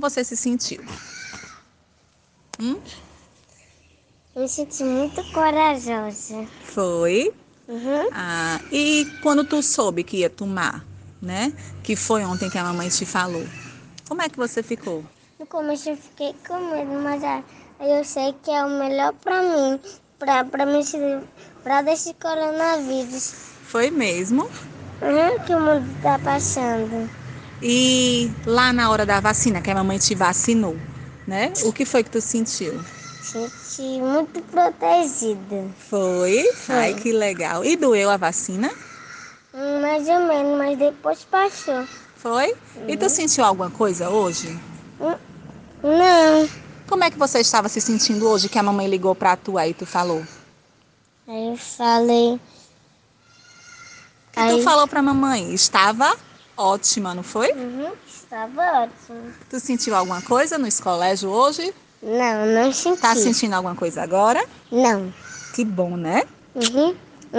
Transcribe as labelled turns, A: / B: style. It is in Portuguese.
A: você se sentiu? Hum?
B: Eu me senti muito corajosa.
A: Foi?
B: Uhum.
A: Ah, e quando tu soube que ia tomar, né? Que foi ontem que a mamãe te falou. Como é que você ficou?
B: No começo eu fiquei com medo, mas ah, eu sei que é o melhor pra mim, pra, pra me se livrar desse coronavírus
A: Foi mesmo?
B: uhum, que o mundo tá passando.
A: E lá na hora da vacina, que a mamãe te vacinou, né? O que foi que tu sentiu?
B: Senti muito protegida.
A: Foi? Ai, que legal. E doeu a vacina?
B: Hum, Mais ou menos, mas depois passou.
A: Foi? E tu sentiu alguma coisa hoje?
B: Não.
A: Como é que você estava se sentindo hoje que a mamãe ligou pra tu aí e tu falou?
B: Aí eu falei.
A: E tu falou pra mamãe, estava ótima, não foi?
B: Uhum, estava ótimo.
A: Tu sentiu alguma coisa nos colégios hoje?
B: Não, não senti.
A: Tá sentindo alguma coisa agora?
B: Não.
A: Que bom, né?
B: Uhum.